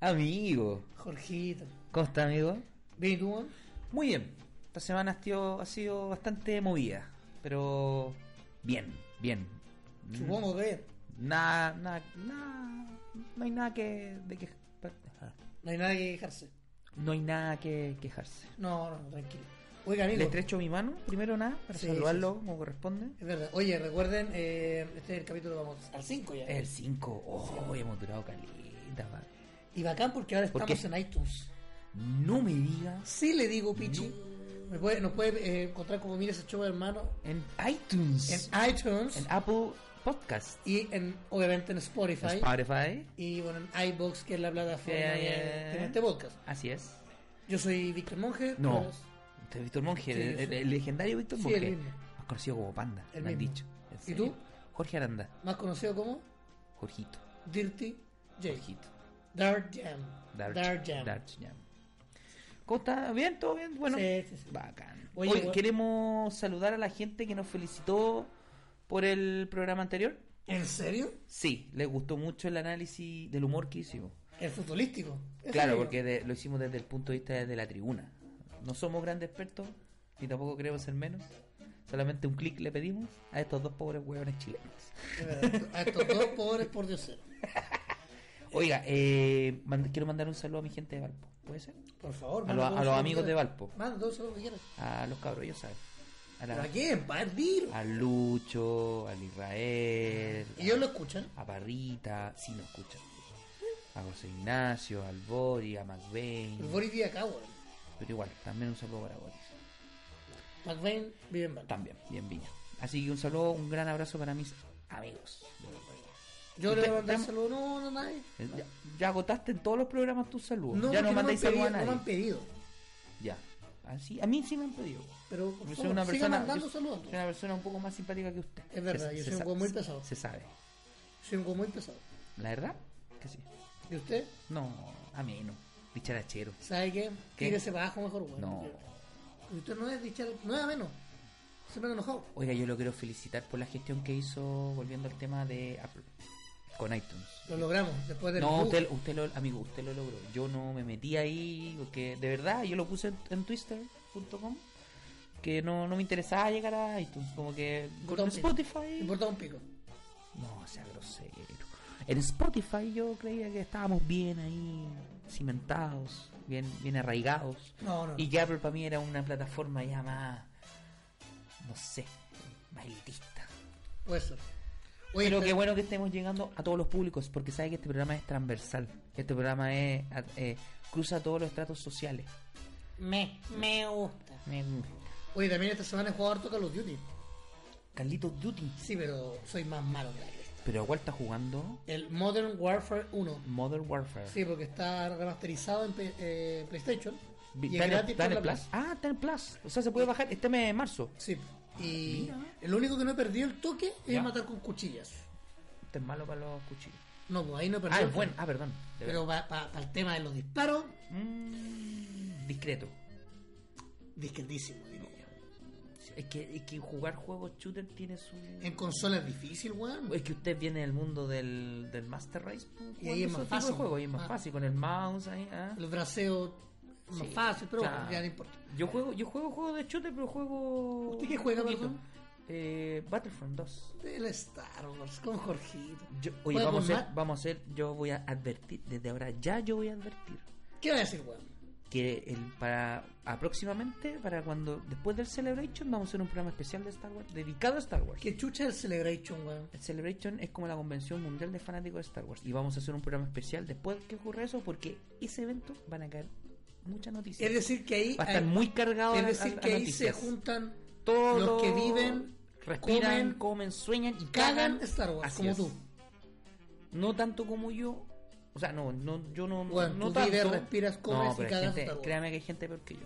Amigo, Jorgito. ¿cómo está, amigo? ¿Bien y tú, ¿eh? Juan? Muy bien. Esta semana ha sido, ha sido bastante movida, pero bien, bien. Mm, Supongo que Nada, nada, nada. No hay nada que, de que- no hay nada que quejarse. no hay nada que quejarse. No, no, tranquilo. Oiga, Le amigo. estrecho mi mano, primero nada, para Sí, saludarlo como corresponde. Es verdad. Oye, recuerden, eh, este es el capítulo, vamos, al 5 ya. El 5, oh, hemos durado calita, pa. Y bacán porque ahora ¿Por estamos qué? en iTunes. No me digas. Sí le digo, Pichi. Me puede- nos puede eh, encontrar como Mira ese show, hermano, En iTunes. en En, iTunes Apple Podcast. y en, obviamente en Spotify. Spotify. y bueno, en iBox, que es la plataforma Yeah, de- yeah. de este podcast. Así es. Yo soy Víctor Monge. No. pero- Este Víctor Monge, Sí, el, yo soy- el legendario Víctor Sí, el Monge. mismo. Más conocido como Panda, El me han mismo. dicho. En ¿Y serio. tú? Jorge Aranda. Más conocido como Jorgito. Dirty J. Jorgito. Dark Jam. Dark, Dark Jam. Dark Jam. ¿Cómo está? ¿Bien? ¿Todo bien? Bueno. Sí, sí, sí. Bacán. Oye, Oye, bueno. queremos saludar a la gente que nos felicitó por el programa anterior. ¿En serio? Sí, les gustó mucho el análisis del humor que hicimos. El futbolístico. Eso Claro, digo. porque de- lo hicimos desde el punto de vista desde la tribuna. No somos grandes expertos, ni tampoco queremos ser menos. Solamente un clic le pedimos a estos dos pobres huevones chilenos. De verdad, A estos dos pobres por Dios eh, Oiga, eh, mand- quiero mandar un saludo a mi gente de Valpo. ¿Puede ser? Por favor, A manda los- todo a el los saludo amigos que de quieras. Valpo. Manda todo el saludo que quieras. A los cabros, ellos saben. A, la- ¿Pero a quién? Pa' el virus. a Lucho, al Israel, ¿Y ellos lo escuchan? a Parrita, si no escuchan. A José Ignacio, al Bori, a McVeigh. El Boris vive acá, weón. Pero igual, también un saludo para Boris. McVeigh vive en Valpo. También, bien Viña. Así que un saludo, un gran abrazo para mis amigos. Yo le voy a Te- mandar te- saludos. No, no, nadie. Ya, ya agotaste en todos los programas tus saludos. No, Uh, ya no porque mandáis me han saludos a pedido- nadie. No me han pedido. Ya. Así, a mí sí me han pedido. Pero, por Yo soy favor, una siga persona. mandando yo soy saludos. una persona un poco más simpática que usted. Es verdad, Se- se yo soy un sa- huevo muy se- pesado. Se sabe. Soy un muy pesado. La verdad, que sí. ¿Y usted? No, a mí no. Dicharachero. ¿Sabe qué? ¿Qué? Tírese para abajo mejor, weón. No. Y usted no es dichar... No es ameno. Siempre enojado. Oiga, yo lo quiero felicitar por la gestión que hizo volviendo al tema de Apple con iTunes. Lo logramos. Después del... No, bug. usted, usted lo, amigo, usted lo logró. Yo no me metí ahí, porque de verdad, yo lo puse en, en twister.com, que no, no me interesaba llegar a iTunes, como que con Importaba un pico. Spotify... Importaba un pico. No, sea grosero. En Spotify yo creía que estábamos bien ahí, cimentados, bien, bien arraigados. No, no. Y que Apple para mí era una plataforma ya más, no sé, más elitista. Pues eso. Oye, Pero pero- qué bueno que estemos llegando a todos los públicos, porque sabe que este programa es transversal. Este programa es, a- eh, cruza todos los estratos sociales. Me, me gusta. Mm. Oye, también esta semana he jugado harto Call of Duty. Carlitos Duty. Sí, pero soy más malo que la cresta. ¿Pero a cuál está jugando? El Modern Warfare 1. Modern Warfare. Sí, porque está remasterizado en P- eh, PlayStation. Vi- Y es está en el- gratis está en por el la Plus. Ah, está en el Plus. O sea, se puede bajar este mes de marzo. Sí. Y el único que no he perdido el toque es Ya. matar con cuchillas. Este es malo para los cuchillos. No, pues ahí no he perdido. Ah, el es toque. bueno. Ah, perdón. De Pero para el tema de los disparos, verdad. Mm, discreto. discretísimo, diría yo. Es que, es que jugar juegos shooter tiene su... En consola es difícil, weón. Es que usted viene del mundo del, del Master Race. pues, Y ahí jugando esos tipos es más de fácil. juegos, ahí es más Ah. fácil, con el mouse ahí. ah. El braseo es más fácil, pero bueno, claro. ya no importa. Yo juego, yo juego juegos de shooter, pero juego. ¿Usted qué juega, poquito. perdón? Eh, Battlefront 2. El Star Wars con Jorgito. Yo- oye, ¿Juega vamos con a, hacer, Matt? vamos a hacer, yo voy a advertir, desde ahora ya yo voy a advertir ¿Qué va a decir, weón? que el para a próximamente, para cuando después del Celebration vamos a hacer un programa especial de Star Wars dedicado a Star Wars. ¿Qué chucha es el Celebration, weón? El Celebration es como la convención mundial de fanáticos de Star Wars y vamos a hacer un programa especial después que ocurra eso porque ese evento van a caer muchas noticias. Es decir, que ahí. Va a estar hay- muy cargado Es a- decir, a- a que ahí se noticias. juntan Todos los que viven, respiran, comen, comen, sueñan y cagan. cagan Star Wars, Así como es. tú. No tanto como yo. O sea, no, no yo no. Bueno, no tú tanto. vives, respiras, comes No, y pero hay cagas gente- Star Wars. Créame que hay gente peor que yo.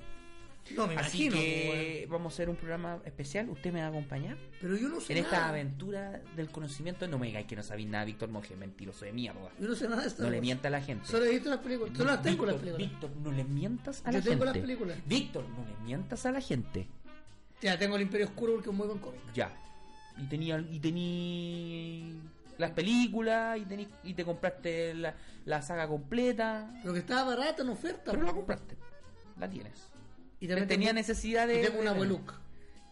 No, me Así imagino. pues, que vamos a hacer un programa especial. ¿Usted me va a acompañar? weón. Pero yo no sé. En esta nada. aventura del conocimiento. No me digáis que no sabéis nada, Víctor Monge. Mentiroso de mierda. Yo no sé nada de Star No le Wars. mienta a la gente. Solo he visto las películas. Solo las tengo las Víctor, películas. Víctor, no le mientas a la Yo tengo las gente. películas. Víctor, no le mientas a la gente. Ya tengo el Imperio Oscuro porque es muy buen cómic. Ya. Y tenía y tení las películas y tení, y te compraste la, la saga completa. Pero que estaba barata en oferta. Pero la weón. compraste. La tienes. Y Te- tenía tengo, necesidad de y tengo un de- abueluc.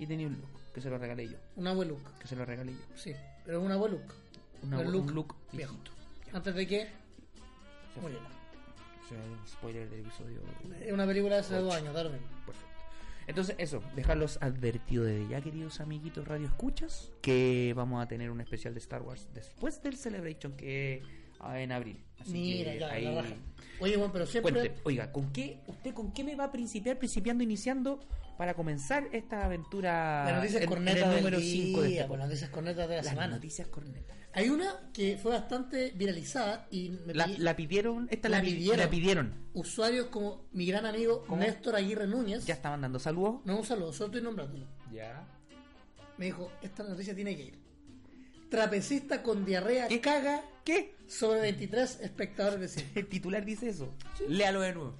Y tenía un look que se lo regalé yo, Un abueluc. que se lo regalé yo. Sí, pero un abueluc. Un, Un abue- look un look viejo. viejito. Antes de que Se fue. muriera. Se fue el spoiler del episodio. Es una película de hace dos años, da lo mismo. Perfecto. Entonces, eso, dejarlos advertidos desde ya, queridos amiguitos Radio Escuchas, que vamos a tener un especial de Star Wars después del Celebration que ah, en abril. Así Mira, que ya, ahí- la raja. Oye, bueno, pero siempre. Cuente, oiga, ¿con qué, ¿usted con qué me va a principiar, principiando, iniciando para comenzar esta aventura Las noticias Ah, en- en cornetas el del número día, 5 de este pues, las podcast? noticias cornetas de la Las semana. noticias cornetas. Hay una que fue bastante viralizada y me La, pillé- la pidieron, esta la, La pi- pidieron. la pidieron. usuarios como mi gran amigo ¿Cómo? Néstor Aguirre Núñez. Ya estaban dando saludos. No, un saludo, solo estoy nombrándolo. Ya. Me dijo, esta noticia tiene que ir. Trapecista con diarrea caga ¿Qué? sobre 23 espectadores de cine. El titular dice eso. Léalo de nuevo.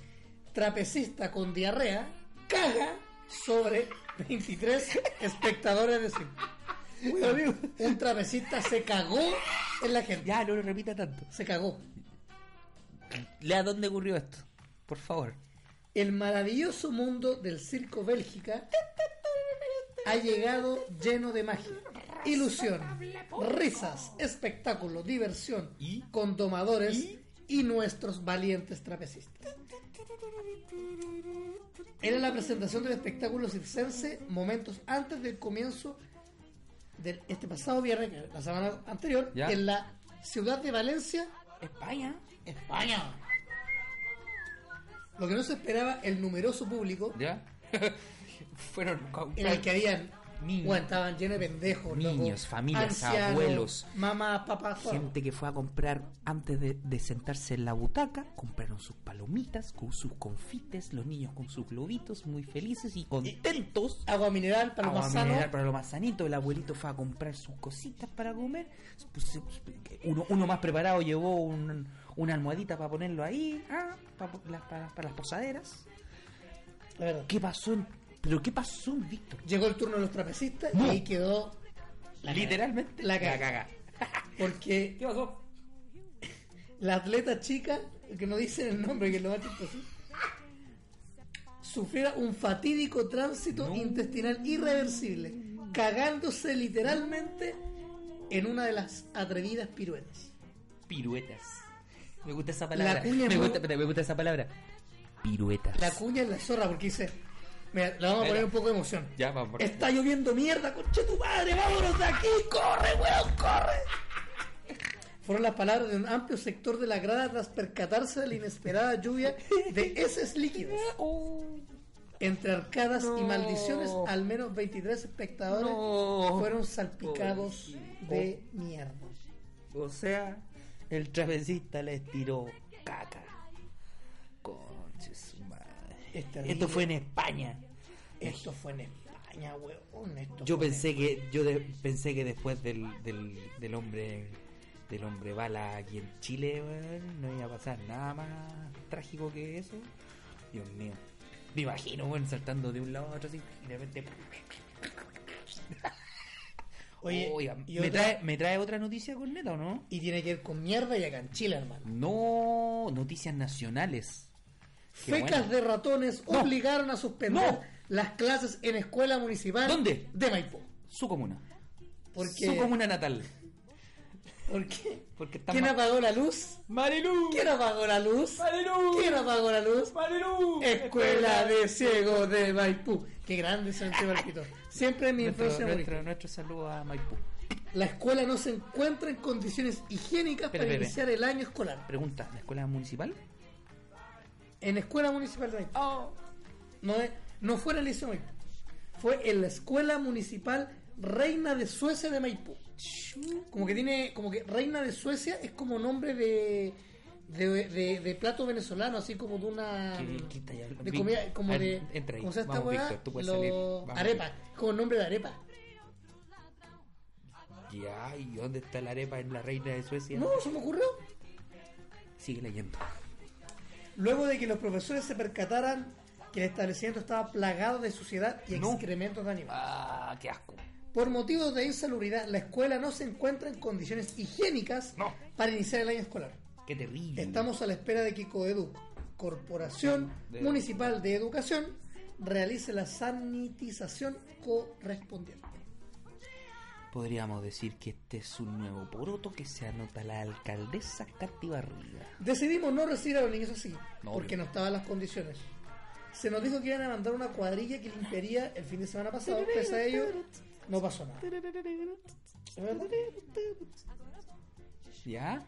Trapecista con diarrea caga sobre 23 espectadores de cine. Weón, un trapecista se cagó en la gente. Ya, no lo repita tanto. Se cagó. Lea dónde ocurrió esto, por favor. El maravilloso mundo del circo Bélgica ha llegado lleno de magia, ilusión, risas, espectáculo, diversión, ¿Y? con domadores y nuestros valientes trapecistas. Era la presentación del espectáculo circense momentos antes del comienzo de este pasado viernes, que era la semana anterior, Ya. en la ciudad de Valencia, España. España. Lo que no se esperaba, el numeroso público Ya. Fueron con- en el que habían Niños. bueno, estaban llenos de pendejos, loco. Niños, familias, Ancianos, abuelos. mamás, papás, todo. gente que fue a comprar antes de, de sentarse en la butaca, compraron sus palomitas, con sus confites, los niños con sus globitos, muy felices y contentos. agua mineral para los Agua más sanos. mineral para lo más sanito, el abuelito fue a comprar sus cositas para comer. Pues, se- Uno, uno más preparado llevó un- una almohadita para ponerlo ahí, ah, pa- la- para, para las posaderas. La verdad. ¿Qué pasó? en- ¿Pero qué pasó, en Víctor? Llegó el turno de los trapecistas No. y ahí quedó Literalmente. La caga. porque ¿Qué pasó? la atleta chica, que no dicen el nombre, que es lo más chistoso, pues, sufriera un fatídico tránsito No. intestinal irreversible, cagándose literalmente en una de las atrevidas piruetas. Piruetas. Me gusta esa palabra. La cuña es me, muy- gusta, espera, me gusta esa palabra. Piruetas. La cuña es la zorra porque dice, mira, le vamos a poner un poco de emoción. Ya, vamos. Está lloviendo mierda, conche tu madre, vámonos de aquí, corre, weón, corre. Fueron las palabras de un amplio sector de la grada tras percatarse de la inesperada lluvia de heces líquidos. Entre arcadas y No. maldiciones, al menos 23 espectadores No. fueron salpicados Pobrecito. de mierda. O sea, el travesista les tiró caca. Conche su madre. Es terrible. Esto fue en España. Esto fue en España, weón. Esto Yo fue en pensé que yo de- pensé que después del, del, del hombre del hombre bala aquí en Chile weón, no iba a pasar nada más trágico que eso. Dios mío. Me imagino, weón, saltando de un lado a otro así y de repente. Oye, Oiga, y, ¿me, otra- trae, ¿me trae otra noticia con neta o no? y tiene que ver con mierda y acá en Chile, hermano. No, noticias nacionales. Qué Fecas bueno. de ratones No. obligaron a suspender No. las clases en escuela municipal ¿Dónde? de Maipú. Su comuna. Porque, Su comuna natal. porque Porque está ¿quién ma- apagó la luz? ¡Marilu! ¿Quién apagó la luz? ¡Marilu! ¿Quién apagó la luz? ¡Marilu! Escuela de ciegos de Maipú. Qué grande San Marquito. Siempre en mi Nuestro, infancia nuestro, morí. nuestro saludo a Maipú. La escuela no se encuentra en condiciones higiénicas Espera, para espera. iniciar el año escolar. Pregunta, ¿la escuela municipal? En Escuela Municipal de Maipú. No, es- no fue en el Liceo Maipú. Fue en la Escuela Municipal Reina de Suecia de Maipú. Como que tiene, como que Reina de Suecia es como nombre de, de, de- de plato venezolano, así como de una. Qué bien que está ya- de Vic, comida, como al- de. entra ahí. ¿Cómo se llama Vamos, esta Víctor, weá? tú puedes Lo- salir. Vamos, arepa, como nombre de arepa. Ya, ¿y dónde está la arepa en la reina de Suecia? No, se me ocurrió. Sigue leyendo. Luego de que los profesores se percataran que el establecimiento estaba plagado de suciedad y No. excrementos de animales. Ah, qué asco. Por motivos de insalubridad, la escuela no se encuentra en condiciones higiénicas No. Mm. para iniciar el año escolar. Qué terrible. Estamos a la espera de que Coeduc, Corporación De- Municipal de Educación, realice la sanitización correspondiente. Podríamos decir que este es un nuevo poroto que se anota la alcaldesa Catibarriga. Decidimos no recibir a los niños así, No, porque obvio. no estaban las condiciones. Se nos dijo que iban a mandar una cuadrilla que limpiaría el fin de semana pasado, pese a ello, no pasó nada. ¿Ya?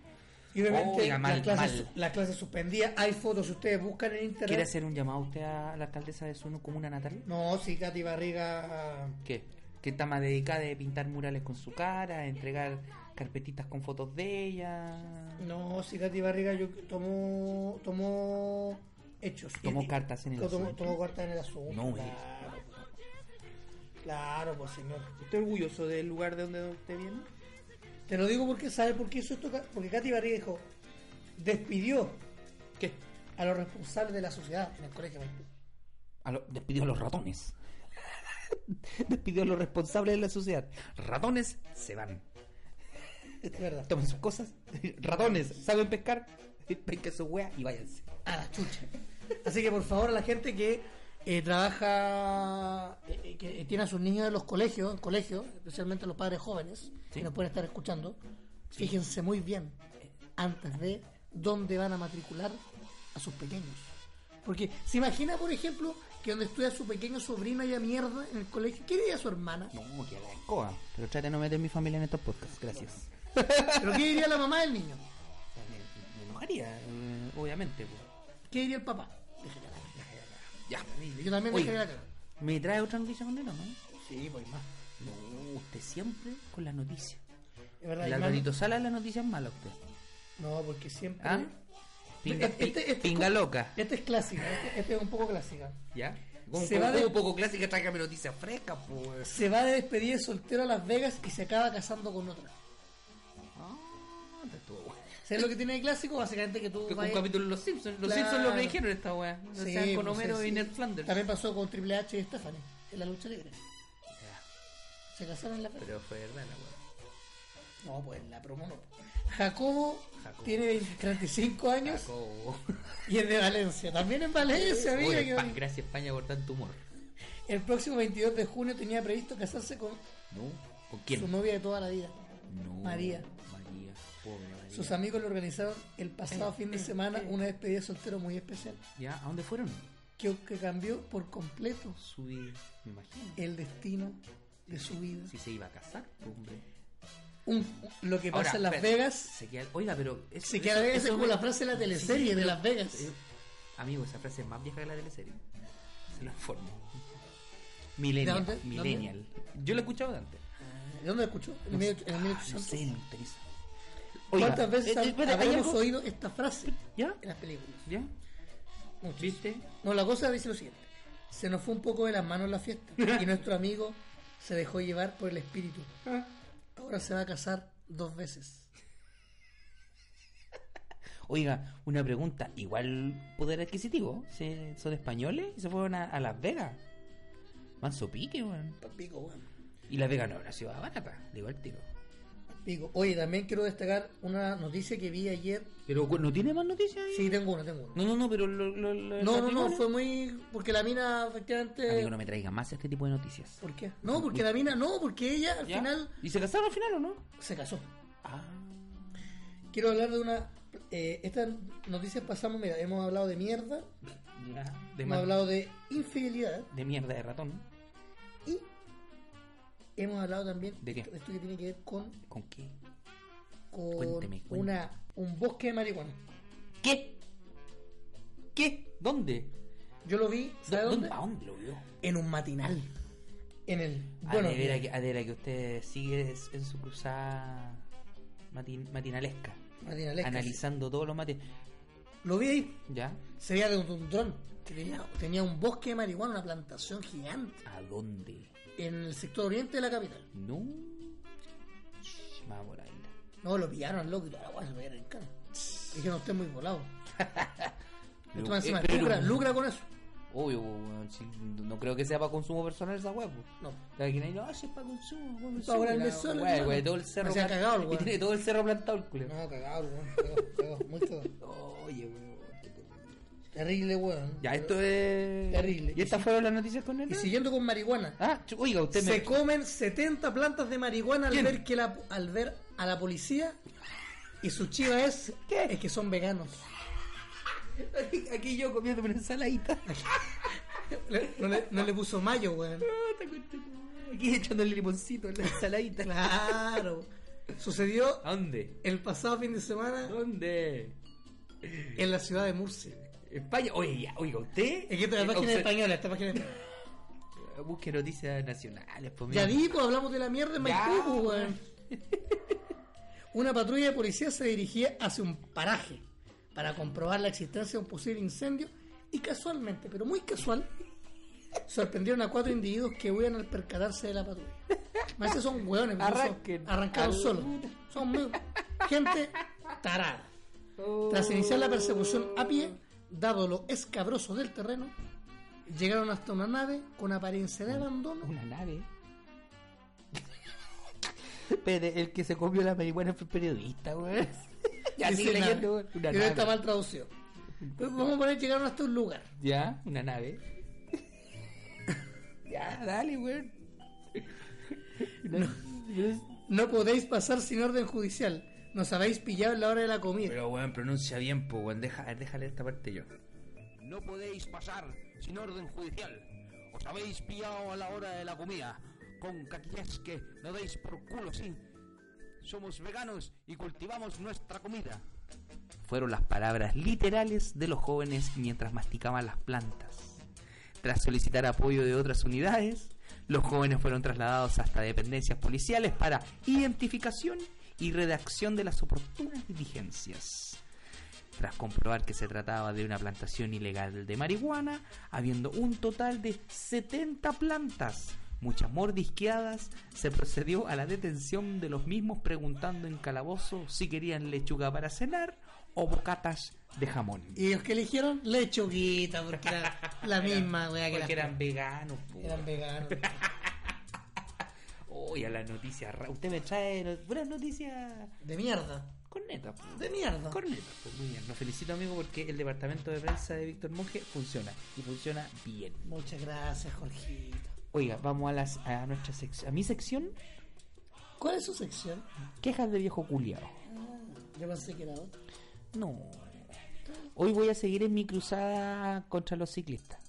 Y obviamente Oiga, mal, las, clases, mal. las clases suspendían, hay fotos, si ustedes buscan en internet. ¿Quiere hacer un llamado usted a la alcaldesa de su comuna natal? No, sí, Katy Barriga. ¿Qué? Que está más dedicada de pintar murales con su cara, entregar carpetitas con fotos de ella. No, sí, Katy Barriga yo tomó, tomó hechos. Tomó Y- y- cartas en el tomó- asunto. Tomó cartas en el asunto. No, eh. claro. Claro, pues señor. ¿Estoy orgulloso del lugar de donde usted viene? Te lo digo porque, ¿sabes por qué hizo esto? Ka- Porque Katy Barriga dijo, despidió ¿Qué? a los responsables de la sociedad en el colegio. de Maipú. A lo- despidió a los ratones. despidió a los responsables de la sociedad. Ratones se van. Es verdad. Tomen sus cosas. Ratones, ¿saben pescar? Pesquen sus weas y váyanse. A la chucha. Así que por favor a la gente que eh, trabaja, eh, eh, que tiene a sus niños en los colegios, en colegios, especialmente los padres jóvenes, que nos pueden estar escuchando, fíjense muy bien antes de dónde van a matricular a sus pequeños. Porque se imagina, por ejemplo, que donde estudia su pequeño sobrino haya mierda en el colegio, ¿qué diría su hermana? No, que a la escoba. Pero trate de no meter mi familia en estos podcasts. Gracias. ¿Pero qué diría la mamá del niño? Me, me enojaría, eh, obviamente. pues. ¿Qué diría el papá? Ya. Yo también Oye, dejaría la cara. ¿Me trae otra noticia con no? Sí, pues más. No, usted siempre con las noticias. Es verdad, El y más- Alvarito Sala es la noticia mala usted. No, porque siempre... ¿Ah? Pinga, Este- este- este- pinga loca. Esta es clásica, este, esta es un poco clásica. ¿Ya? Como, Se va como- de- como poco clásica, tráigame noticias frescas, pues. Se va de despedida de soltero a Las Vegas y se acaba casando con otra. Ah, te estuvo bueno. ¿Sabes lo que tiene de clásico? Básicamente que tú Que fue vas- un capítulo de Los Simpsons. Los Claro. Simpsons lo predijeron esta weá. O Sí, sea, con pues, Homero sí, y sí. Ned Flanders. También pasó con Triple H y Stephanie en la lucha libre. Ya, Se casaron en Las Vegas. Pero fue verdad la weá. No, pues la promo no. Jacobo, Jacobo. tiene 20 35 años Jacobo. y es de Valencia. También en Valencia, Oye, mira. Espa- que- Gracias España por tanto humor. El próximo 22 de junio tenía previsto casarse con ¿No? ¿Con su quién? novia de toda la vida. No. María. María, pobre María. Sus amigos le organizaron el Eh, pasado fin de semana una despedida de soltero muy especial. ¿Ya? ¿A dónde fueron? que, que cambió por completo Su vida, me imagino. el destino de su vida. Si se iba a casar, pues, hombre. Un- lo que pasa Ahora, en Las espérate, Vegas, se queda- oiga, pero. es- se queda Vegas es como la frase de la teleserie de Las Vegas. Eh, Amigo, esa frase es más vieja que la teleserie. Se la informo. Millennial. ¿De dónde? Millennial. Yo la he escuchado de antes. ¿De dónde lo escuchó? En el medio- en el medio Ah, no 800. sé, no me interesa. ¿Cuántas veces eh, hab- espérate, ¿hay habremos algo? oído esta frase ¿Ya? en las películas? ¿Ya? Muchas. ¿Viste? No, la cosa dice lo siguiente. Se nos fue un poco de las manos la fiesta y nuestro amigo se dejó llevar por el espíritu. Ahora se va a casar dos veces. Oiga, una pregunta. Igual poder adquisitivo. ¿Se- ¿Son españoles y se fueron a, a Las Vegas? Manso pique, weón. Papico, weón. Y Las Vegas no es una ciudad barata. Digo al tiro. Pico. Oye, también quiero destacar una noticia que vi ayer. Pero ¿no tiene más noticias? ahí? Sí, tengo una, tengo una. No, no, no, pero lo, lo- lo- No, el no, no, matrimonio. fue eh, muy. Porque la mina, efectivamente. Amigo, no me traiga más este tipo de noticias. ¿Por qué? No, porque la mina, no, porque ella al ¿Ya? final ¿Y se casaron al final o no? se casó. Ah, Quiero hablar de una. eh, estas noticias pasamos, mira, hemos hablado de mierda, ya, de, hemos mal- hablado de infidelidad de mierda de ratón. y hemos hablado también ¿De qué? esto que tiene que ver con, ¿Con qué? con Cuénteme, cuénteme. una un bosque de marihuana. ¿Qué? ¿Qué? ¿Dónde? Yo lo vi, ¿sabe ¿Dó- dónde? ¿Dónde? ¿A dónde lo vio? En un matinal. En el. Bueno, Bueno, a de vera que, a de vera que usted sigue es- en su cruzada matin- matinalesca, matinalesca, analizando todos los matines. sí. Lo vi ahí. ¿Ya? Se veía de un dron. Que tenía, tenía un bosque de marihuana, una plantación gigante. ¿A dónde? En el sector oriente de la capital. No. Shh, Vamos por ahí. No, lo pillaron, loco, y toda la guay se lo en cara. Dijeron, usted es muy volado. Lu- Esto más encima eh, pero- lucra, lucra con eso. Obvio, po, weón, si- no creo que sea para consumo personal esa weá, po. No. La que nadie, no, si es para consumo, para consumo. Para la el sol, weá, hermano. weá, todo el cerro. Me se ha pla- cagado el Y weón. tiene todo el cerro plantado el culo. No, cagado, weón. Cagado, cagado, muy cagado. Oye, weón. qué terrible. Terrible, weón. Ya, esto es. Terrible. Y estas fueron las noticias con el. Y siguiendo con marihuana. Ah, chu- oiga, usted Se me. comen 70 plantas de marihuana al ¿Quién? ver, que la, al ver a la policía. Y su chiva es, es que son veganos. Aquí yo comiendo una ensaladita. Le- no, le, no le puso mayo, weón. Aquí echándole limoncito a la ensaladita. Claro. Sucedió ¿A ¿Dónde? el pasado fin de semana ¿Dónde? en la ciudad de Murcia. España. Oye, ya, oiga, usted. Es que esta es la eh, página obser- española, esta página española. Busque noticias nacionales, pues, Ya mira. vi, pues hablamos de la mierda en Ya, Maipú, pues, weón. Una patrulla de policía se dirigía hacia un paraje para comprobar la existencia de un posible incendio y casualmente, pero muy casual, sorprendieron a cuatro individuos que huían al percatarse de la patrulla. Más que son hueones, pues, son Arranquen. arrancados Al- solos. Son muy- gente tarada. Oh. Tras iniciar la persecución a pie, dado lo escabroso del terreno, llegaron hasta una nave con apariencia de abandono Una nave. Espérate, el que se comió la marihuana fue periodista, güey. Ya Dice sigue nave. leyendo, güey. Una Creo que nave. está mal traducido. Pero Pues vamos a poner llegaron hasta un lugar. Ya, una nave. ya, dale, güey. No podéis pasar sin orden judicial. Nos habéis pillado en la hora de la comida. Pero, weón, pronuncia bien, pues, weón. Deja, déjale esta parte yo. No podéis pasar sin orden judicial. Os habéis pillado a la hora de la comida. Con caquillas que no dais por culo, sí. Somos veganos y cultivamos nuestra comida. fueron las palabras literales de los jóvenes mientras masticaban las plantas. Tras solicitar apoyo de otras unidades, los jóvenes fueron trasladados hasta dependencias policiales para identificación y redacción de las oportunas diligencias. Tras comprobar que se trataba de una plantación ilegal de marihuana, habiendo un total de 70 plantas, muchas mordisqueadas, se procedió a la detención de los mismos preguntando en calabozo si querían lechuga para cenar o bocatas de jamón. ¿Y ellos que eligieron? Lechuguita, porque era la misma weá que las- veganos. eran veganos. Oye, a las noticias. ra- Usted me trae no- buenas noticias. De mierda. Corneta, po. De mierda. Corneta, po. Muy bien. Lo felicito, amigo, porque el departamento de prensa de Víctor Monge funciona. Y funciona bien. Muchas gracias, Jorgito. Oiga, vamos a las a nuestra sección. A mi sección, ¿Cuál es su sección? quejas de viejo culiao. Yo pensé que era otra. No. Hoy voy a seguir en mi cruzada contra los ciclistas.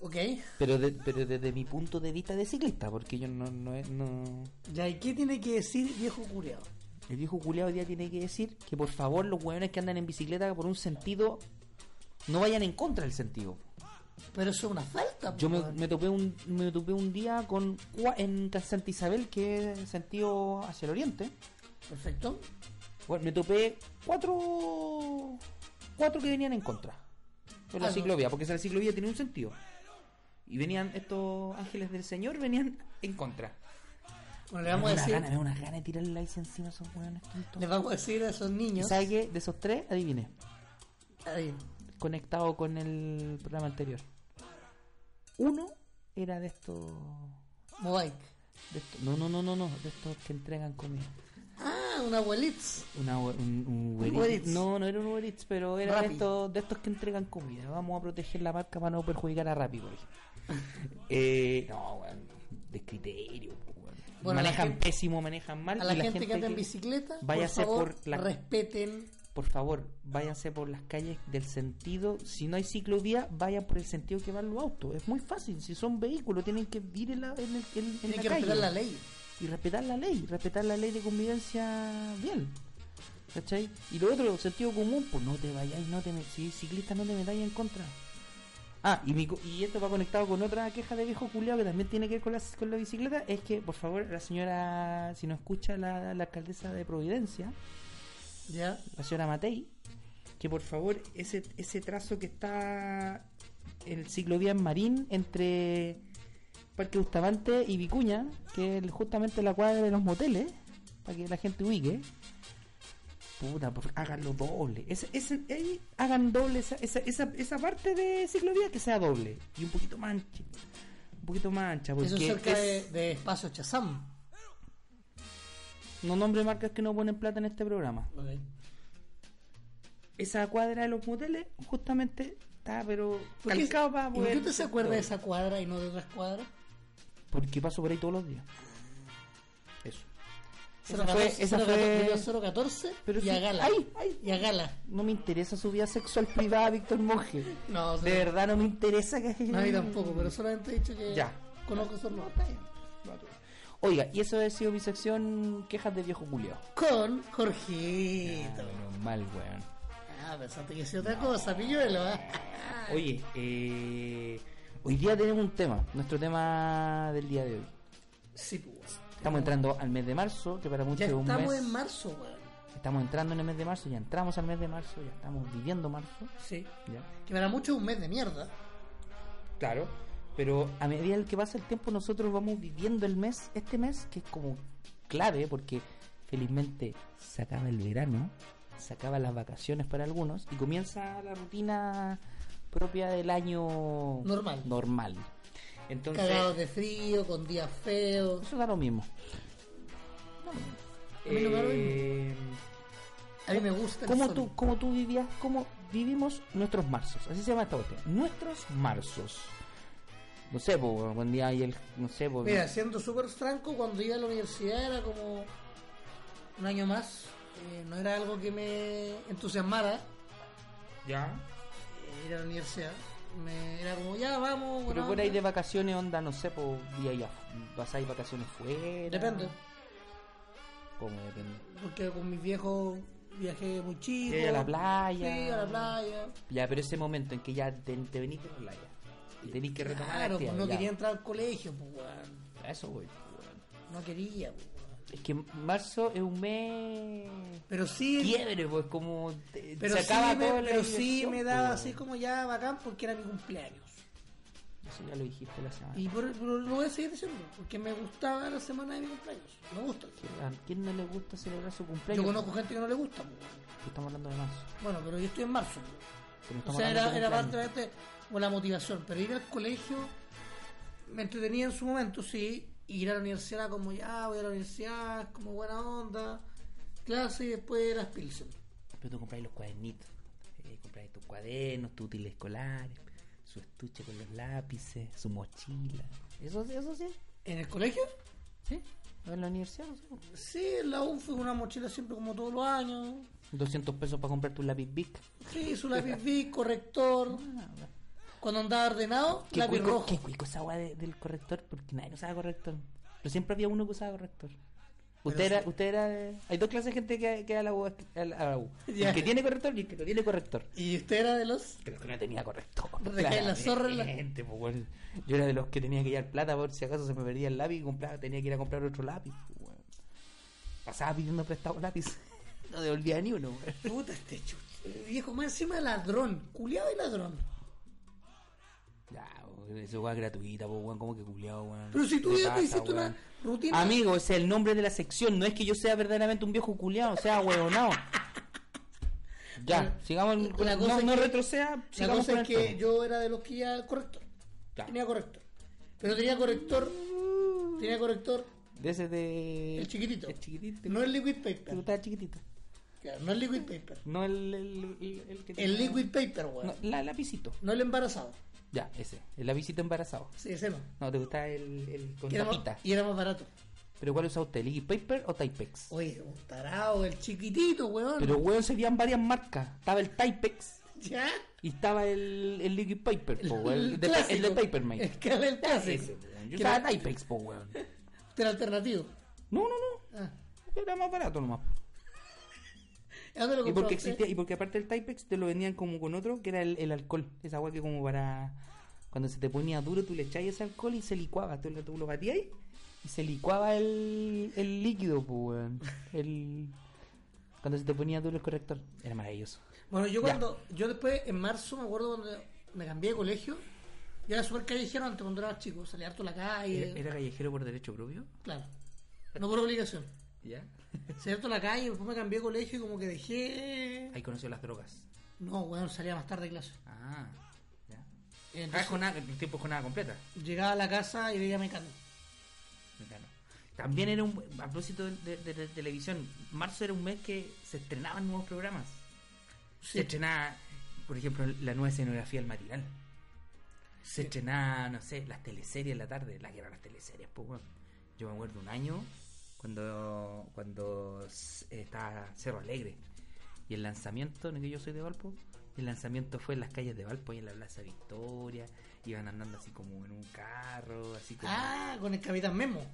Ok. Pero, de- pero desde mi punto de vista de ciclista, porque yo no... no, no... Ya, ¿y qué tiene que decir viejo curiado? El viejo culiao hoy día tiene que decir que por favor los hueones que andan en bicicleta por un sentido no vayan en contra del sentido. Pero eso es una falta, pues, Yo me, weón. me topé un me topé un día con cua- en Santa Isabel que es sentido hacia el oriente. Perfecto. Bueno, me topé cuatro cuatro que venían en contra de Ah, la no. ciclovía, porque esa ciclovía tenía un sentido. Y venían estos ángeles del Señor venían en contra. Bueno, le vamos a Me da decir. una gana, me da una gana de tirar el ice encima a esos hueones tontos. Les vamos a decir a esos ¿Y niños. sabe qué? De esos tres, adivine. Ay, conectado con el programa anterior. Uno era de estos. Mobike. De estos- no, no, no, no, no, de estos que entregan comida. Ah, una abuelitz. Una, Uber- un, un Uber Uber Eats. Eats. No, no era un Uber Eats, pero era de Rappi. estos, de estos que entregan comida. Vamos a proteger la marca para no perjudicar a Rappi, por ejemplo. Eh, no, weón, de criterio. po, weón. Bueno, a la manejan gente- pésimo, manejan mal. A la, y gente, que anda en que- bicicleta, váyase por favor, por la- respeten. por favor, váyanse por las calles del sentido. Si no hay ciclovía, vayan por el sentido que van los autos. Es muy fácil. Si son vehículos, tienen que ir en la, en el- en- en Tienen la calle. que respetar la ley. Y respetar la ley. Respetar la ley de convivencia bien. ¿Cachai? Y lo otro, sentido común, pues no te vayáis, no te me- si eres ciclista no te metáis en contra. Ah, y, mi co- y esto va conectado con otra queja de viejo culiao que también tiene que ver con la, con la bicicleta, es que, por favor, la señora, si no escucha la, la alcaldesa de Providencia, Ya. la señora Matei, que por favor ese, ese trazo que está el ciclovía en Marín entre Parque Bustamante y Vicuña, que es justamente la cuadra de los moteles, para que la gente ubique. Puta, por, háganlo doble. Ese- ese- ahí, hagan doble esa, esa, esa, esa parte de ciclovía que sea doble. Y un poquito mancha. Un poquito mancha. Porque Eso es cerca es- de, de Espacio Chazam. No nombre marcas que no ponen plata en este programa. esa cuadra de los moteles justamente está pero ¿Por qué, calcado para ¿y poder- por qué usted se acuerda de esa cuadra y no de otras cuadras? porque paso por ahí todos los días eso Esa fue- 014, esa 014, fue- 014 Pero y sí, a Gala. ay, ay. Y a Gala. no me interesa su vida sexual privada Víctor Monge No, de verdad no me interesa que no, a mí tampoco, pero solamente he dicho que Ya. conozco esos nombres. oiga y eso ha sido mi sección quejas de viejo culiao Con Jorgito. Menos mal weón Ah, pensaste que hacía otra cosa, pilluelo, ¿eh? oye eh, hoy día tenemos un tema nuestro tema del día de hoy Sí, pues. estamos entrando al mes de marzo que para Ya muchos es un estamos mes en marzo, weón. estamos entrando en el mes de marzo ya entramos al mes de marzo ya estamos viviendo marzo Sí. ya Que para muchos es un mes de mierda. Claro, pero a medida en que pasa el tiempo nosotros vamos viviendo el mes, este mes que es como clave porque felizmente se acaba el verano, se acaban las vacaciones para algunos y comienza la rutina propia del año Normal. normal. Entonces, Cagados de frío, con días feos. eso da lo mismo. A mí no me da lo Eh, A mí me gusta el ¿Cómo sol. tú, cómo tú vivías, cómo vivimos nuestros marzos? Así se llama esta cuestión. Nuestros marzos. No sé, po, buen día y el, no sé, po, Mira, siendo súper franco, cuando iba a la universidad era como un año más. eh, no era algo que me entusiasmara Ya. eh, ir a la universidad. Me- era como, ya vamos, Pero bueno, por ahí de vacaciones, onda, no sé, por día ya. ¿Vas a ir vacaciones fuera? Depende, ¿Cómo depende? porque con mis viejos viajé muy chico. Sí, a la playa. Sí, a la playa. Ya, pero ese momento en que ya te, te venís de la playa y tenés que retomar la Claro, pues actividad, no ya. quería entrar al colegio, pues, weón. A Eso, voy, weón. No quería, pues, weón. Es que marzo es un mes. Pero sí, Quiebre, pues, como. te- pero se sí, acaba me, toda la pero sí diversión, pues. me daba po. así como ya bacán porque era mi cumpleaños. Eso ya lo dijiste la semana. Y por, por- lo voy a seguir diciendo, porque me gustaba la semana de mi cumpleaños. Me gusta. ¿A quién no le gusta celebrar su cumpleaños? Yo conozco gente que no le gusta. pues. Estamos hablando de marzo. Bueno, pero yo estoy en marzo. pues. pero O estamos sea, hablando era, de era cumpleaños. básicamente o la motivación. Pero ir al colegio me entretenía en su momento, sí. Y ir a la universidad era como ya, voy a la universidad, es como buena onda. Clase y después las pilsen. Pero tú compráis los cuadernitos. Eh, compráis tus cuadernos, tus útiles escolares, su estuche con los lápices, su mochila. Eso, eso sí. ¿En el colegio? ¿Sí? ¿En la universidad? no sé. Sí, en la U fue una mochila siempre como todos los años. 200 pesos para comprar tu lápiz Bic. Sí, su lápiz Bic, corrector. Cuando andaba ordenado, lápiz cuico- rojo. qué cuico esa weá de- del corrector? Porque nadie usaba corrector. Pero siempre había uno que usaba corrector. Usted era, usted era de- Hay dos clases de gente que, que va a la U. a la- a la U. Ya. El que tiene corrector y el que no tiene corrector. ¿Y usted era de los? Pero que no tenía corrector. Te cae la zorra en la- claramente, po, weón. Yo era de los que tenía que llevar plata por si acaso se me perdía el lápiz y compraba, tenía que ir a comprar otro lápiz. po, weón. Pasaba pidiendo prestado lápiz. No devolvía ni uno. weón. Puta este chucho. Eh, Viejo, más encima ladrón. Culeado y ladrón. Ya, weón, eso weá es gratuita, po, weón, como que culiao, weón. Pero si tú ¿Qué ya te pasa, hiciste una weón? rutina. Amigo, ese es el nombre de la sección. No es que yo sea verdaderamente un viejo culiao, o sea, huevonao. Ya, Bueno, sigamos. la con- cosa Mm, no, es no que- retroceda. La Sigamos cosa con es el que tema. yo era de los que iba al corrector. Ya. Tenía corrector. Pero tenía corrector. Tenía corrector. De ese de. El chiquitito. El chiquitito. No el liquid Te paper. gustaba chiquitito. Claro, no el liquid paper. No el, el, el, que El tenía- liquid paper, weón. No, No, la lapicito. el embarazado. Ya, ese. El lapicito embarazado. Sí, ese no. No, te gusta el, el con Y era, tapita. más, y era más barato. Pero ¿cuál usa usted? ¿Liquid Paper o Typex? Oye, un tarado, el chiquitito, weón. Pero weón serían varias marcas. Estaba el Typex ¿Ya? y estaba el, el Liquid Paper, po, weón. el, de, clásico. el de Papermate. Ah, El, que era el clásico. Ese, pues. weón. Yo Que era- usaba Typex, po, weón. Este era alternativo. No, no, no. Ah. Era más barato nomás. ¿A dónde lo Y porque, compraste? existía, y porque aparte del Typex te lo vendían como con otro, que era el, el alcohol. Esa agua que como para... Cuando se te ponía duro, tú le echabas ese alcohol y se licuaba. Tú, lo- tú lo batías y se licuaba el, el líquido, pues, weón. El... Cuando se te ponía duro el corrector. Era maravilloso. Bueno, yo cuando, yo después en marzo me acuerdo cuando me cambié de colegio, yo era súper callejero antes cuando era chico, salía harto a la calle, ¿Era, era callejero por derecho propio? claro, no por obligación, ¿Ya? salía harto a la calle, después me cambié de colegio y como que dejé, Ahí conoció las drogas. no, bueno, salía más tarde de clase. Ah, ya. Ah, Entonces, jornada, el tiempo es jornada completa. llegaba a la casa y veía Mecano. Mecano. También era un. A propósito de, de- de televisión, marzo era un mes que se estrenaban nuevos programas. Sí. Se estrenaba, por ejemplo, la nueva escenografía del matinal. Se estrenaba, no sé, las teleseries en la tarde, las que eran las teleseries, pues, weón. Yo me acuerdo un año cuando cuando s- estaba Cerro Alegre y el lanzamiento, no que yo soy de Valpo, el lanzamiento fue en las calles de Valpo y en la Plaza Victoria, iban andando así como en un carro, así como... Ah, con el Capitán Memo.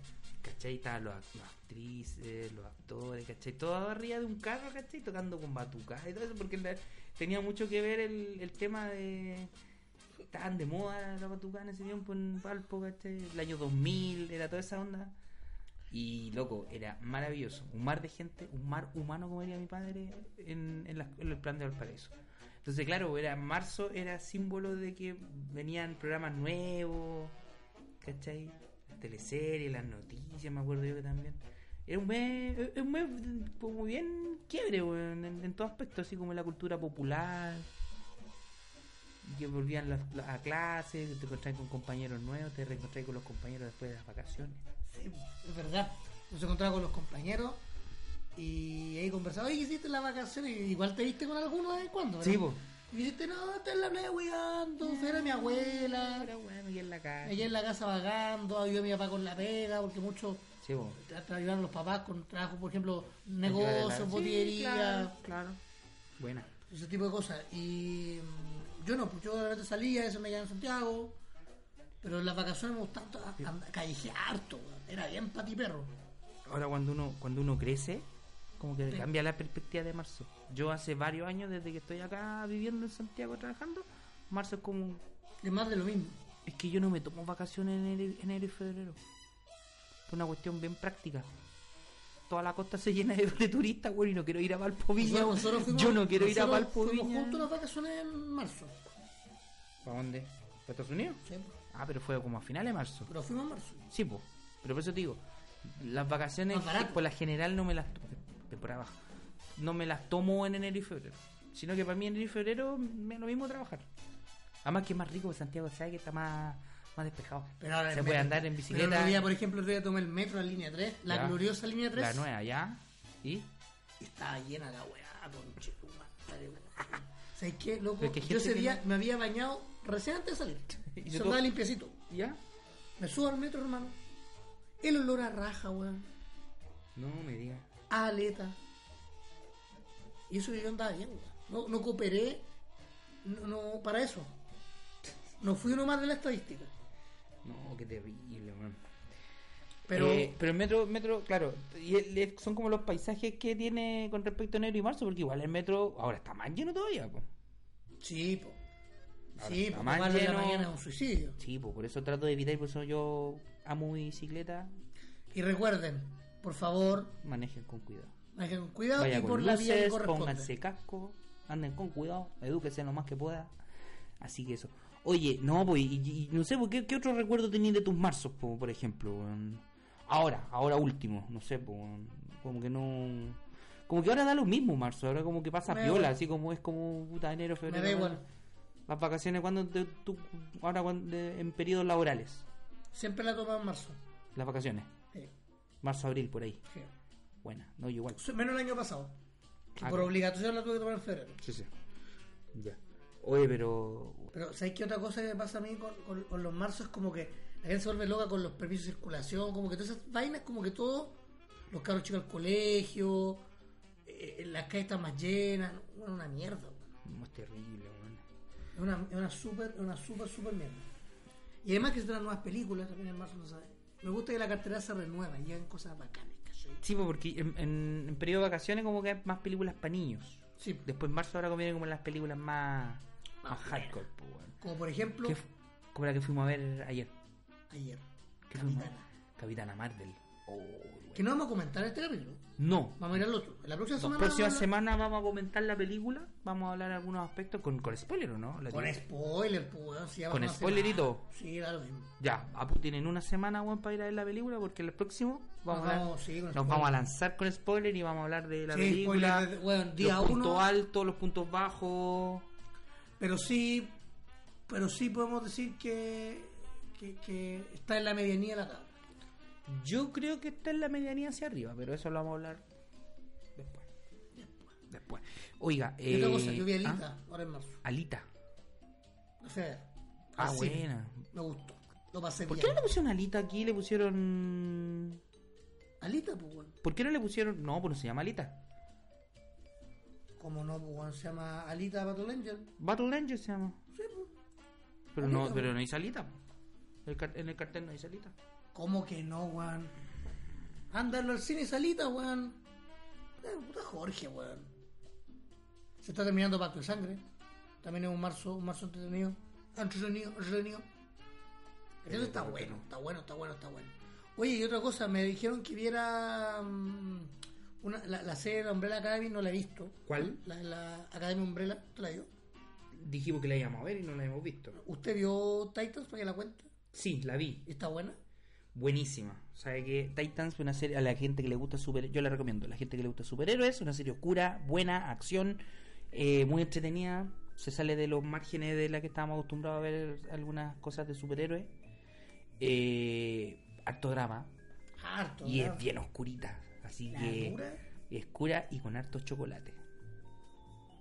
¿cachai? Estaban los act- las actrices, los actores, ¿cachai? Todo arriba de un carro, ¿cachai? Tocando con batucada y todo eso, porque la- tenía mucho que ver el, el tema de... Estaban de moda la batucada en ese tiempo en Palpo, ¿cachai? El año 2000, era toda esa onda. Y, loco, era maravilloso. Un mar de gente, un mar humano, como diría mi padre, en, en las- en el plan de Valparaíso. Entonces, claro, era marzo era símbolo de que venían programas nuevos, ¿cachai? Las teleseries, las noticias, me acuerdo yo que también. Era un mes, eh, un mes como bien quiebre, weón, en, en todo aspecto, así como la cultura popular. Que volvían las- las- a clases, te encontrás con compañeros nuevos, te reencontrás con los compañeros después de las vacaciones. Sí, es verdad. Nos encontraba con los compañeros y ahí conversaba, oye, ¿qué hiciste en la vacación? Y igual te viste con alguno de vez en cuando, ¿verdad? Sí, po. Y me dijiste, no, está en la playa weando, era mi abuela, Ahora, weón, y en la calle. ella en la casa vagando, ayudó a mi papá con la pega, porque muchos Sí, po. tra- tra- ayudaron a los papás con trabajo, por ejemplo, Sí, negocios, botillería, claro, claro. Buena. ese tipo de cosas. Y mm, yo no, pues yo de repente salía, a veces me quedaba en Santiago, pero en las vacaciones me gustaba to- a- a- callejear harto, weón. era bien patiperro. ahora cuando uno cuando uno crece como que cambia la perspectiva de marzo yo hace varios años desde que estoy acá viviendo en Santiago trabajando marzo es como Es más de lo mismo. es que yo no me tomo vacaciones en enero, enero y febrero es una cuestión bien práctica toda la costa se llena de, de turistas güey, y no quiero ir a Valpo Viña Nosotros- nosotros fuimos- yo no quiero ir a nosotros Valpo Fuimos Viña juntos las vacaciones en marzo, ¿para dónde? ¿para Estados Unidos? sí, ah pero fue como a finales de marzo pero fuimos en marzo. Sí, po. pero por eso te digo, las vacaciones Más barato. por la general no me las tomo, temporada baja, no me las tomo en enero y febrero, sino que para mí enero y febrero me da lo mismo trabajar. Además que es más rico que Santiago, ¿sabes? Que está más, más despejado. Pero ahora Se el puede metro. andar en Pero el bicicleta. otro día, por ejemplo, el otro día tomé el metro a línea 3, la Ya. gloriosa línea 3. La nueva, ¿ya? ¿Y? y Estaba llena la weá, conchetumare, weón. ¿Sabes qué, loco? Pero es que hay Yo gente ese que día me había bañado recién antes de salir. Y Y se se to- andaba limpiecito. ¿Ya? Me subo al metro, hermano. El olor a raja, weón. No me digas. A aleta. Y eso que yo andaba bien, weón. No, no cooperé no, no, para eso. No fui uno más de la estadística. No, qué terrible, man. Pero Eh, pero el metro, metro claro, y el- el- son como los paisajes que tiene con respecto a enero y marzo, porque igual el metro ahora está más lleno todavía. po. sí, po. Sí, está po, más tomarlo en la lleno. mañana es un suicidio. Sí, po, por eso trato de evitar, por eso yo amo mi bicicleta, Y recuerden, por favor, manejen con cuidado. manejen con cuidado Vaya y con por la vía que luces, corresponde. pónganse casco, anden con cuidado, edúquense lo más que pueda. Así que eso. Oye, no, pues, y, y no sé, po, ¿qué, ¿qué otro recuerdo tenías de tus marzos, po, por ejemplo? weón? Ahora, ahora último, no sé, po, weón. como que no... Como que ahora da lo mismo marzo, ahora como que pasa Me da viola, igual. así como es como puta enero, febrero. Me da igual. marzo. Las vacaciones cuando te- tú, ahora cuando- de- en periodos laborales, Siempre la tomo en marzo. Eh, las vacaciones, Sí, marzo, abril, por ahí. sí. Buena, no, yo igual. So- Menos el año pasado. Que Ah, por no. obligación la tuve que tomar en febrero. Sí, sí. Ya. Oye, pero Pero ¿sabes qué otra cosa que me pasa a mí con, con- con los marzos? Es como que la gente se vuelve loca con los permisos de circulación, como que todas esas vainas, como que todo, los carros chicos al colegio, eh, las calles están más llenas, bueno, una mierda. No, es terrible, weón. Es una, es una súper, una súper, súper mierda. Y además que se traen nuevas películas también en marzo, no sabes. Me gusta que la cartera se renueva y llegan cosas bacanas. ¿cachai? Sí, pues, porque en, en- en periodo de vacaciones como que hay más películas para niños. Sí, Después marzo ahora conviene como las películas más, más hardcore, pues, weón. como por ejemplo, Que fu- como la que fuimos a ver ayer. ayer, ¿Qué fuimos a ver? Capitana. Capitana Marvel. Oh, weón. que no vamos a comentar en este capítulo, No. vamos a ir al otro. En la próxima La semana. próxima vamos a hablar- semana vamos a comentar la película, vamos a hablar algunos aspectos con, con spoiler, ¿o no? La Con tiene- spoiler, pues, weón, si ya Con pasó una spoiler y semana. todo. Sí, da lo mismo. Ya, Apu tienen una semana, weón, para ir a ver la película, porque el próximo vamos Nos a vamos, sí, con nos spoiler. vamos a lanzar con spoiler y vamos a hablar de la Sí, película, spoiler, weón, día los uno. puntos altos, los puntos bajos. Pero sí, pero sí podemos decir que, que, que está en la medianía de la tabla. Yo creo que está en la medianía hacia arriba, pero eso lo vamos a hablar después. Después. Oiga, Y eh, otra cosa, yo vi a ¿ah? Alita ahora en marzo. Alita. O sea, Ah, así, buena. Me gustó. Lo pasé ¿Por bien. qué no le pusieron Alita aquí? Le pusieron. Alita, pues, weón. ¿Por qué no le pusieron.? No, pues no se llama Alita. Como no, pues, weón, se llama Alita Battle Angel. Battle Angel se llama. Sí, pues. Pero Alita, no, po. pero no dice Alita. po. El car- en el cartel no dice Alita. ¿Cómo que no, weón? Ándalo al cine Salita, weón. Eh, Puta Jorge, weón. Se está terminando Pacto de Sangre. También es un marzo, un marzo entretenido. Entretenido, Eh, entretenido. Eso está bueno, está bueno, está bueno, está bueno. Oye, y otra cosa, me dijeron que viera mm, una, la, la serie de la Umbrella Academy, no la he visto. ¿Cuál? La, la Academy Umbrella, ¿te la vio? Dijimos que la íbamos a ver y no la hemos visto. ¿Usted vio Titans para que la cuente? Sí, la vi. ¿Está buena? Buenísima. ¿Sabe que Titans fue una serie a la gente que le gusta super, yo la recomiendo, a la gente que le gusta superhéroes, una serie oscura, buena, acción, eh, muy entretenida, se sale de los márgenes de la que estábamos acostumbrados a ver algunas cosas de superhéroes. Eh, harto drama Harto. y ¿verdad? es bien oscurita, así La que dura. es oscura y con harto chocolate.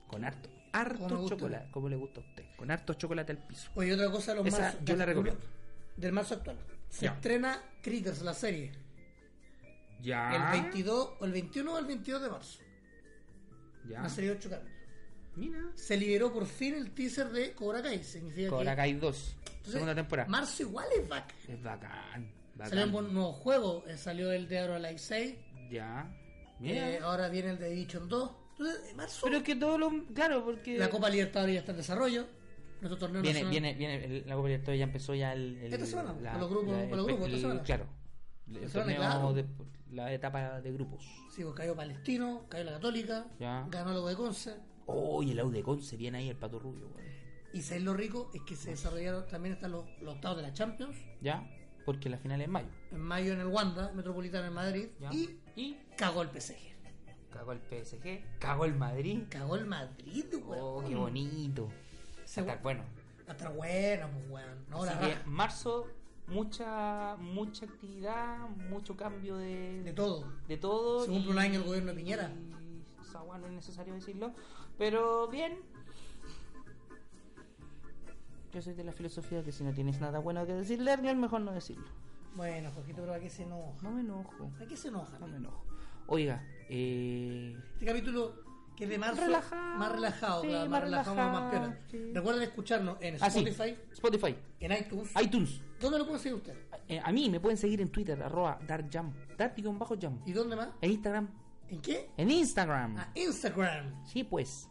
Con harto, Como me harto gusta. chocolate, como le gusta a usted, con harto chocolate al piso. Oye, otra cosa, los Esa marzo- yo la recomiendo. Del marzo actual. Se Ya. estrena Critters, la serie. Ya. El 22, o el 21 o el 22 de marzo. ya. Una serie de 8 capítulos. Mira. Se liberó por fin el teaser de Cobra Kai. Significa Cobra que... Kai 2, Entonces, segunda temporada. Marzo igual es vaca. Es bacán. bacán. Salieron un nuevo juego. eh, salió el de Aero Life 6. Ya. Mira. eh, ahora viene el de Division 2. Entonces, en marzo. Pero es que todo lo. Claro, porque. La Copa Libertadores ya está en desarrollo. Nuestro torneo Viene, nacional. viene, viene. el- La Copa Libertadores ya empezó ya el. el- Esta semana, la- con los grupos- la- el- con los grupos, esta el- semana. Claro. El Esta semana, torneo claro. de- la etapa de grupos. Sí, pues, cayó Palestino, cayó la Católica. Ya. Ganó lo de Conce. Oh, y el Audecon se viene ahí el pato rubio, weón. Y sabes lo rico es que se desarrollaron también están los, los octavos de la Champions, Ya. Porque la final es en mayo. en mayo en el Wanda, Metropolitano en Madrid, Ya. y Y. cagó el PSG. Cagó el PSG. Cagó el Madrid. Cagó el Madrid, weón. Oh, qué bonito. Se- Está bueno. Hasta bueno, pues weón. No, la Así que raja. marzo, mucha mucha actividad, mucho cambio de, De todo. de todo. Se cumple un año el gobierno de Piñera. y esa hueá no es necesario decirlo. Pero bien. Yo soy de la filosofía que si no tienes nada bueno que decirle, es mejor no decirlo. Bueno, Jorgito, pero ¿a qué se enoja? No me enojo, ¿A qué se enoja? no me enojo. Oiga, eh, Este capítulo que es de marzo, Relajado. más relajado, Sí, claro, más, más relajado, más relajado, piola. sí. Recuerden escucharnos en ah, sí, Spotify, Spotify, en iTunes. iTunes. ¿Dónde lo consigue usted? Eh, a mí me pueden seguir en Twitter, arroba darkjam, dart-jam. ¿Y dónde más? En Instagram, ¿En qué? en Instagram. A Instagram. Sí, pues,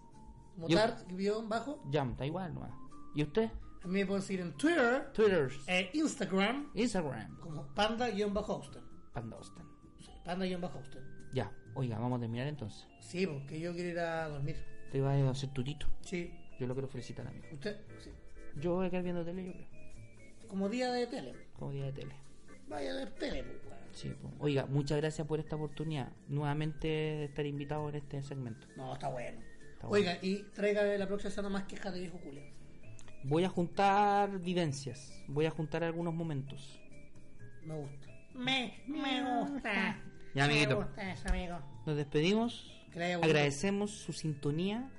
Motard, guión bajo. jam, da igual nomás. ¿Y usted? A mí me pueden seguir en Twitter Twitter, e Instagram Instagram, como panda-hostel. Pandaustan. Sí, Panda-hostel. Ya, oiga, vamos a terminar entonces. Sí, porque yo quiero ir a dormir. Te vas a hacer tutito. Sí. Yo lo quiero felicitar a mí. Usted, sí. Yo voy a quedar viendo tele, yo creo. Como día de tele. Como día de tele. Vaya a ver tele, pues, weón. Sí, po. Oiga, muchas gracias por esta oportunidad. Nuevamente de estar invitado en este segmento. No, está bueno. Está bueno. Oiga, y traiga la próxima semana más quejas de viejo Julio. Voy a juntar vivencias. Voy a juntar algunos momentos. Me gusta. Me, me gusta. Ya, amiguito. Me gusta eso, amigo. Nos despedimos. Que le haya gustado. Agradecemos su sintonía,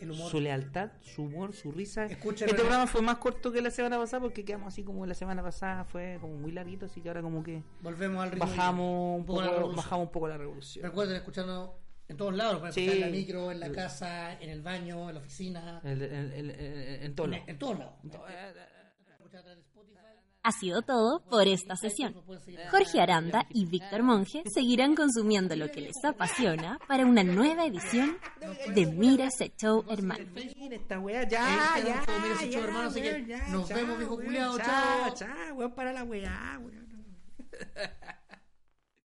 El humor. su lealtad, su humor, su risa. Escúchalo este en- programa fue más corto que la semana pasada porque quedamos así como la semana pasada fue como muy larguito, así que ahora como que Volvemos al ritmo. bajamos un Un poco la poco, revolución. bajamos un poco la revolución. Recuerden escucharnos en todos lados. Pueden Sí. escuchar en la micro, en la casa, en el baño, en la oficina. El- el- el- el- en todo En, lado. en todos lados. En todo- Escuchar a través de Spotify. Ha sido todo por esta sesión. Jorge Aranda y Víctor Monge seguirán consumiendo lo que les apasiona para una nueva edición de Mira ese show, hermano. Mira esta weá, ya, Este ya, don Fomir se ya, echó, hermano, así que weón, ya, nos chao, vemos, viejo weón, culiao, chao, chao. chao, weón, para la weá, weón.